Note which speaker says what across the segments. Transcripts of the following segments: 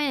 Speaker 1: 迎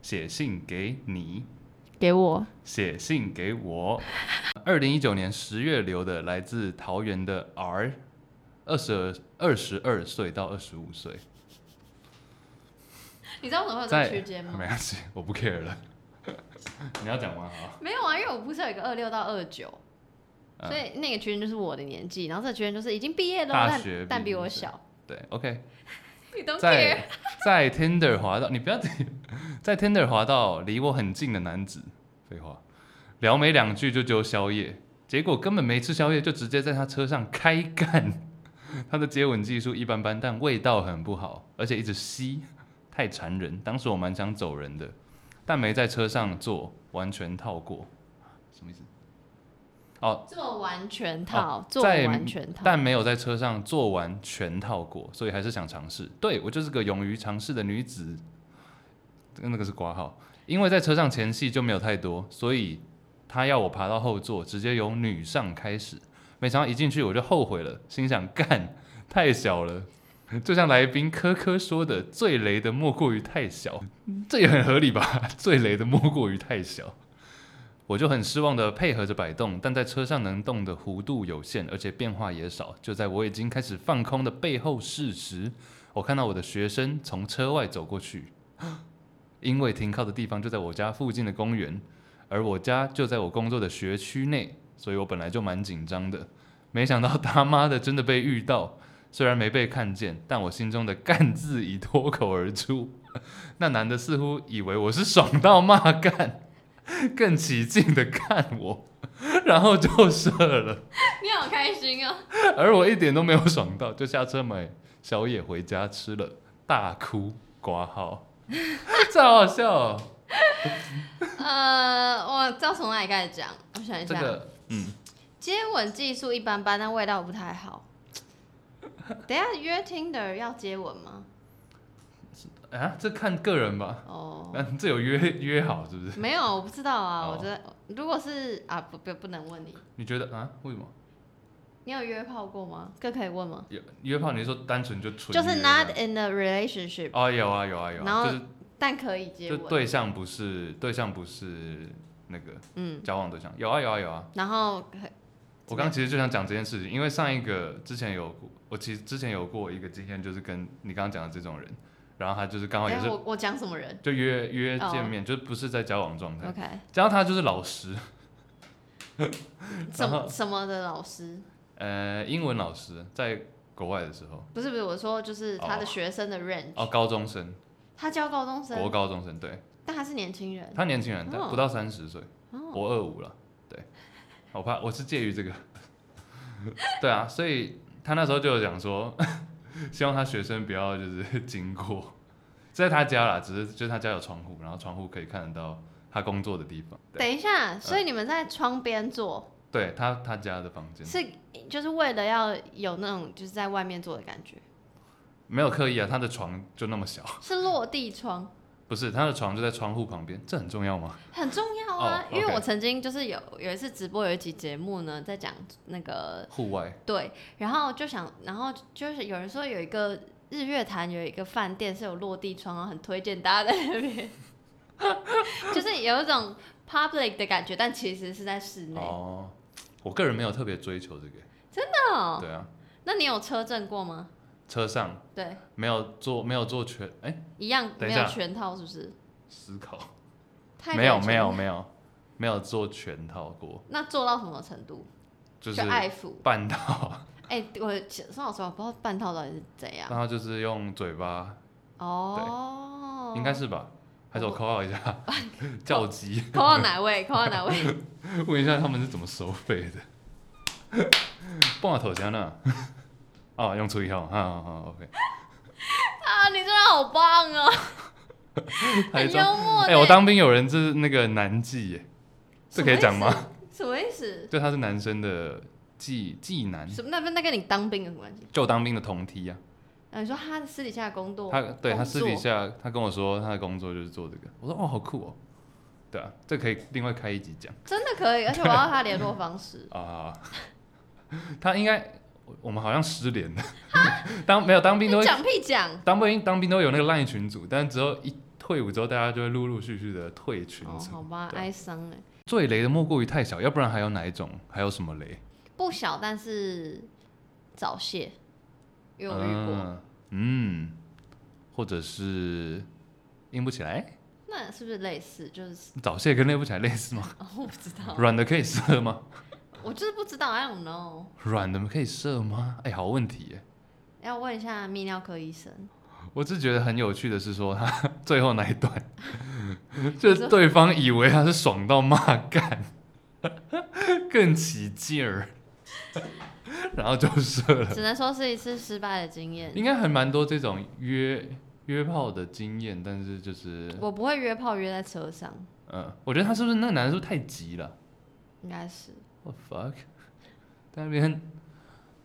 Speaker 2: 写信给你，
Speaker 1: 给我，
Speaker 2: 写信给我。 二零一九年十月留的，来自桃园的 R，二十二十二岁到二十五岁，
Speaker 1: 你知道我怎么会有
Speaker 2: 在
Speaker 1: 区间吗
Speaker 2: 没？关系，我不 care 了。 你要讲完好，
Speaker 1: 没有啊，因为我不是有一个二六到二九、
Speaker 2: 嗯
Speaker 1: 所以那个区间就是我的年纪，然后这个区间就是已经毕业了，
Speaker 2: 大
Speaker 1: 但
Speaker 2: 学毕
Speaker 1: 但比
Speaker 2: 业
Speaker 1: 我
Speaker 2: 对
Speaker 1: 小。
Speaker 2: 对，OK，
Speaker 1: 你 don't care。
Speaker 2: 在 在 Tinder 滑到，你不要 在 Tinder 滑到离我很近的男子，废话，聊没两句就揪宵夜，结果根本没吃宵夜，就直接在他车上开干。 他的接吻技术一般般，但味道很不好，而且一直吸，太残忍。当时我蛮想走人的，但没在车上坐，完全套过。什么意思？哦，
Speaker 1: 做完全套，
Speaker 2: 哦
Speaker 1: 做
Speaker 2: 在
Speaker 1: 完全套，
Speaker 2: 但没有在车上做完全套过，所以还是想尝试。对我就是个勇于尝试的女子，那个是挂号。因为在车上前戏就没有太多，所以他要我爬到后座，直接由女上开始。没想到一进去我就后悔了，心想干太小了。 就像来宾科科说的，最雷的莫过于太小， 这也很合理吧？最雷的莫过于太小。我就很失望的配合着摆动，但在车上能动的弧度有限，而且变化也少。就在我已经开始放空的背后事时，我看到我的学生从车外走过去，因为停靠的地方就在我家附近的公园，而我家就在我工作的学区内，所以我本来就蛮紧张的。没想到他妈的真的被遇到，虽然没被看见，但我心中的干字已脱口而出。那男的似乎以为我是爽到骂干。更起劲的看我， 然后就射了，
Speaker 1: 你好开心哦！
Speaker 2: 而我一点都没有爽到，就下车买宵夜回家吃了，大哭挂号， 这好好笑、哦。
Speaker 1: 呃，我知道从哪里开始讲，我想一
Speaker 2: 这
Speaker 1: 下，
Speaker 2: 个，嗯，
Speaker 1: 接吻技术一般般，但味道不太好。等一下约 Tinder 要接吻吗？
Speaker 2: 啊，这看个人吧，
Speaker 1: 哦、
Speaker 2: 嗯，这有约约好是不是？
Speaker 1: 没有，我不知道啊。
Speaker 2: 哦
Speaker 1: 我觉得如果是啊，不不不能问你，
Speaker 2: 你觉得啊，为什么
Speaker 1: 你有约炮过吗？这可以问吗？
Speaker 2: 约约炮？你是说单纯就纯
Speaker 1: 就是
Speaker 2: 约啊
Speaker 1: not in a relationship，、
Speaker 2: 哦，有啊有啊有
Speaker 1: 然后
Speaker 2: 啊，
Speaker 1: 但可以接
Speaker 2: 就是就
Speaker 1: 吻。
Speaker 2: 对象不是对象不是那个
Speaker 1: 嗯，
Speaker 2: 交往对象，有啊有啊有啊，
Speaker 1: 然后
Speaker 2: 我刚刚其实就想讲这件事情，因为上一个之前有我其实之前有过一个经验，就是跟你刚刚讲的这种人，然后他就是刚好也
Speaker 1: 哎，
Speaker 2: 是
Speaker 1: 我我讲什么人
Speaker 2: 就约约
Speaker 1: 哦
Speaker 2: 见面，就不是在交往状态，
Speaker 1: ？OK，
Speaker 2: 加上他就是老师，
Speaker 1: 什
Speaker 2: 然
Speaker 1: 么
Speaker 2: 后
Speaker 1: 什么的老师？
Speaker 2: 呃，英文老师，在国外的时候，
Speaker 1: 不是不是，我说就是他的
Speaker 2: 哦
Speaker 1: 学生的 range，、
Speaker 2: 哦，高中生，
Speaker 1: 他教高中
Speaker 2: 国
Speaker 1: 生，
Speaker 2: 高中生，对
Speaker 1: 但他是年轻人。
Speaker 2: 他年轻人，
Speaker 1: 哦
Speaker 2: 但不到三十岁，
Speaker 1: 哦，
Speaker 2: 我二五了，对，我怕我是介于这个， 对啊，所以他那时候就有讲说， 希望他学生不要就是 经过，在他家啦，只是就是他家有窗户，然后窗户可以看得到他工作的地方，对，
Speaker 1: 等一下，所以你们在窗边坐、
Speaker 2: 对他他家的房间
Speaker 1: 是就是为了要有那种就是在外面坐的感觉，
Speaker 2: 没有刻意啊，他的床就那么小，
Speaker 1: 是落地窗，
Speaker 2: 不是他的床就在窗户旁边，这很重要吗？
Speaker 1: 很重要啊。
Speaker 2: 哦
Speaker 1: 因为
Speaker 2: OK
Speaker 1: 我曾经就是有有一次直播有一集节目呢，在讲那个
Speaker 2: 户外
Speaker 1: 对，然后就想，然后就是有人说有一个日月潭有一个饭店是有落地窗，啊然后很推荐大家在那边， 就是有一种 public 的感觉，但其实是在室内。
Speaker 2: 哦，我个人没有特别追求这个，
Speaker 1: 哦，
Speaker 2: 对啊，
Speaker 1: 那你有车震过吗？
Speaker 2: 车上
Speaker 1: 对，
Speaker 2: 没有做没有做全哎、
Speaker 1: 一样
Speaker 2: 等一
Speaker 1: 没有
Speaker 2: 下
Speaker 1: 全套是不是？
Speaker 2: 思考。
Speaker 1: 太
Speaker 2: 没有
Speaker 1: 全
Speaker 2: 没有
Speaker 1: 套，
Speaker 2: 没有没有做全套过，
Speaker 1: 那做到什么程度？
Speaker 2: 就是
Speaker 1: 就爱抚。
Speaker 2: 半套，
Speaker 1: 哎、我说老实话，我不知道半套到底是怎样。
Speaker 2: 然后就是用嘴巴，
Speaker 1: 哦，
Speaker 2: 应该是吧？还是我扣号一下叫鸡，
Speaker 1: 扣到哪位？扣到 哪位？
Speaker 2: 问一下他们是怎么收费的？半头像 呢？哦，用初一号，好好好，OK。
Speaker 1: 啊，你真的好棒哦！
Speaker 2: 台
Speaker 1: 很
Speaker 2: 中。
Speaker 1: 幽默
Speaker 2: 哎、
Speaker 1: 呢。
Speaker 2: 我当兵有人就是那个男妓耶，这可以讲吗？
Speaker 1: 什么意思？
Speaker 2: 就他是男生的妓妓男，
Speaker 1: 什么那跟那跟你当兵有什么关系？
Speaker 2: 就当兵的同梯啊。
Speaker 1: 啊，你说他的私底下的工作，
Speaker 2: 他对他
Speaker 1: 工
Speaker 2: 私
Speaker 1: 作
Speaker 2: 底下他跟我说他的工作就是做这个，我说哦好酷哦，对啊，这可以另外开一集讲。
Speaker 1: 真的可以，而且我要他联络方式
Speaker 2: 啊。他应该我我们好像失联了， 当没有当兵都
Speaker 1: 你
Speaker 2: 会
Speaker 1: 讲屁讲
Speaker 2: 当兵当兵都有那个 LINE 群组，但只有一退伍之后，大家就会陆陆续续的退群
Speaker 1: 哦，
Speaker 2: 组。
Speaker 1: 好吧，
Speaker 2: 嗯对啊
Speaker 1: 哀伤哎，
Speaker 2: 最雷的莫过于太小，要不然还有哪一种？还有什么雷？
Speaker 1: 不小但是早泄，因为我遇过，
Speaker 2: 嗯嗯，或者是硬不起来，
Speaker 1: 那是不是类似？就是
Speaker 2: 早泄跟累不起来类似吗？
Speaker 1: 哦，我不知道，
Speaker 2: 软的可以射吗？
Speaker 1: 我就是不知道，I don't know，
Speaker 2: 软的可以射吗？哎、好问题耶！
Speaker 1: 要问一下泌尿科医 生。
Speaker 2: 我只觉得很有趣的是说，他 最后那一段，就是对方以为他是爽到骂干， 更起劲儿， 然后就射了。
Speaker 1: 只能说是一次失败的经验。
Speaker 2: 应该还蛮多这种约约炮的经验，但是就是，
Speaker 1: 我不会约炮约在车上，
Speaker 2: 嗯、我觉得他是不是那个男的是不是太急了
Speaker 1: 应该是
Speaker 2: ？What the fuck？在那边，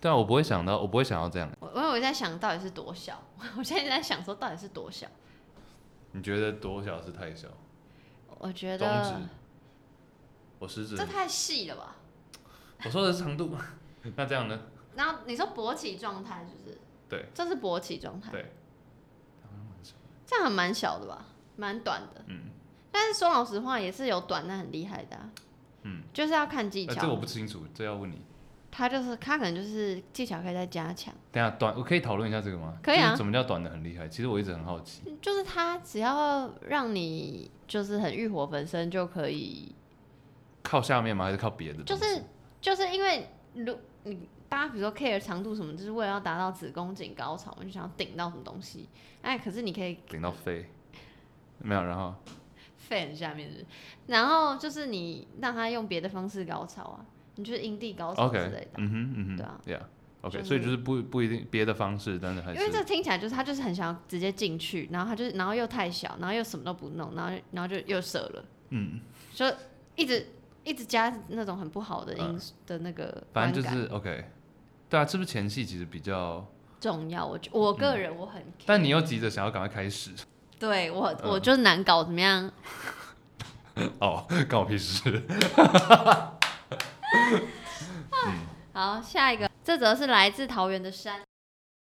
Speaker 2: 但我不会想到，我不会想到这样。
Speaker 1: 我，因为我在想到底是多小， 我现在在想说到底是多小。
Speaker 2: 你觉得多小是太小？
Speaker 1: 我觉
Speaker 2: 中
Speaker 1: 得
Speaker 2: 指，我食指
Speaker 1: 这太细了吧？
Speaker 2: 我说的是长 度，那这样呢？
Speaker 1: 然后你说勃起状态是不是？
Speaker 2: 对，
Speaker 1: 这是勃起状态，
Speaker 2: 对，
Speaker 1: 这样还蛮小的吧，蛮短的。
Speaker 2: 嗯，
Speaker 1: 但是说老实话，也是有短但很厉害的、啊，
Speaker 2: 嗯，
Speaker 1: 就是要看技
Speaker 2: 呃、这我
Speaker 1: 巧。
Speaker 2: 不清楚，这要问你。
Speaker 1: 他就是他可能就是技巧可以再加强，
Speaker 2: 等一下短，我可以讨论一下这个吗？
Speaker 1: 可以啊嗯
Speaker 2: 就是怎么叫短的很厉害？其实我一直很好奇。
Speaker 1: 就是他只要让你就是很欲火焚身就可以
Speaker 2: 靠下面吗？还是靠别的东
Speaker 1: 就
Speaker 2: 西？
Speaker 1: 是就是因为如你大家比如说 care 长度什么，就是为了要达到子宫颈高潮，我就想要顶到什么东西。哎，可是你可以
Speaker 2: 顶到飞，没有。然后
Speaker 1: fan 下面是不是然后就是你让他用别的方式高潮啊，你就是阴蒂高潮之
Speaker 2: OK，
Speaker 1: 类的啊。
Speaker 2: 嗯哼嗯哼，
Speaker 1: 对啊
Speaker 2: ，Yeah。OK，、
Speaker 1: 就是
Speaker 2: 所以就是不不一定别的方式，但是还
Speaker 1: 因
Speaker 2: 是
Speaker 1: 为这听起来就是他就是很想要直接进去，然后他就是然后又太小，然后又什么都不弄，然后然后就又射了，
Speaker 2: 嗯，
Speaker 1: 就一直一直加那种很不好的因素的那个观
Speaker 2: 呃反
Speaker 1: 感
Speaker 2: 正就是 OK。对啊，是不是前戏其实比较，
Speaker 1: 重要。我觉我个人我很 care
Speaker 2: 嗯但你又急着想要赶快开始
Speaker 1: 对我我
Speaker 2: 嗯
Speaker 1: 就是难搞，怎么样？
Speaker 2: 哦，干我屁事。
Speaker 1: 好，下一个，这则是来自桃园的山。